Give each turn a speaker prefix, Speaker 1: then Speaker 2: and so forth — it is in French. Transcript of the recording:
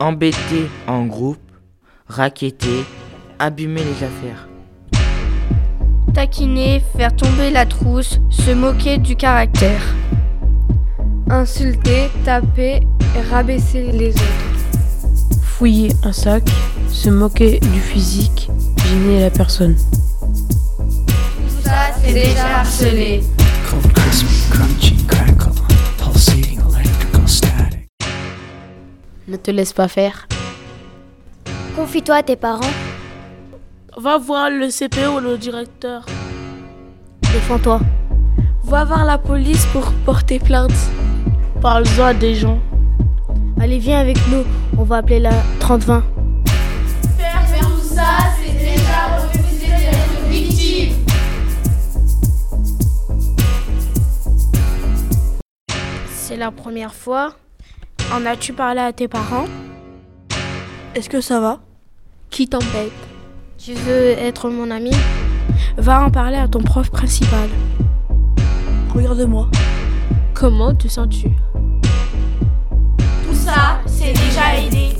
Speaker 1: embêter en groupe, raqueter, abîmer les affaires.
Speaker 2: Taquiner, faire tomber la trousse, se moquer du caractère.
Speaker 3: Insulter, taper, rabaisser les autres.
Speaker 4: Fouiller un sac, se moquer du physique, gêner la personne.
Speaker 2: Tout ça, c'est déjà harcelé.
Speaker 5: Cold crisp, crunchy crackle, pulsating electrical static.
Speaker 4: Ne te laisse pas faire.
Speaker 6: Confie-toi à tes parents,
Speaker 7: Va voir le CPE ou le directeur.
Speaker 6: défends-toi.
Speaker 7: Va voir la police pour porter plainte. Parle-en à des gens.
Speaker 6: Allez, viens avec nous, on va appeler la 3020.
Speaker 2: C'est la première fois. En as-tu parlé à tes parents
Speaker 8: Est-ce que ça va
Speaker 2: Qui t'embête Tu veux être mon ami Va en parler à ton prof principal.
Speaker 8: Regarde-moi.
Speaker 7: Comment te sens-tu
Speaker 2: Tout ça, c'est déjà aidé.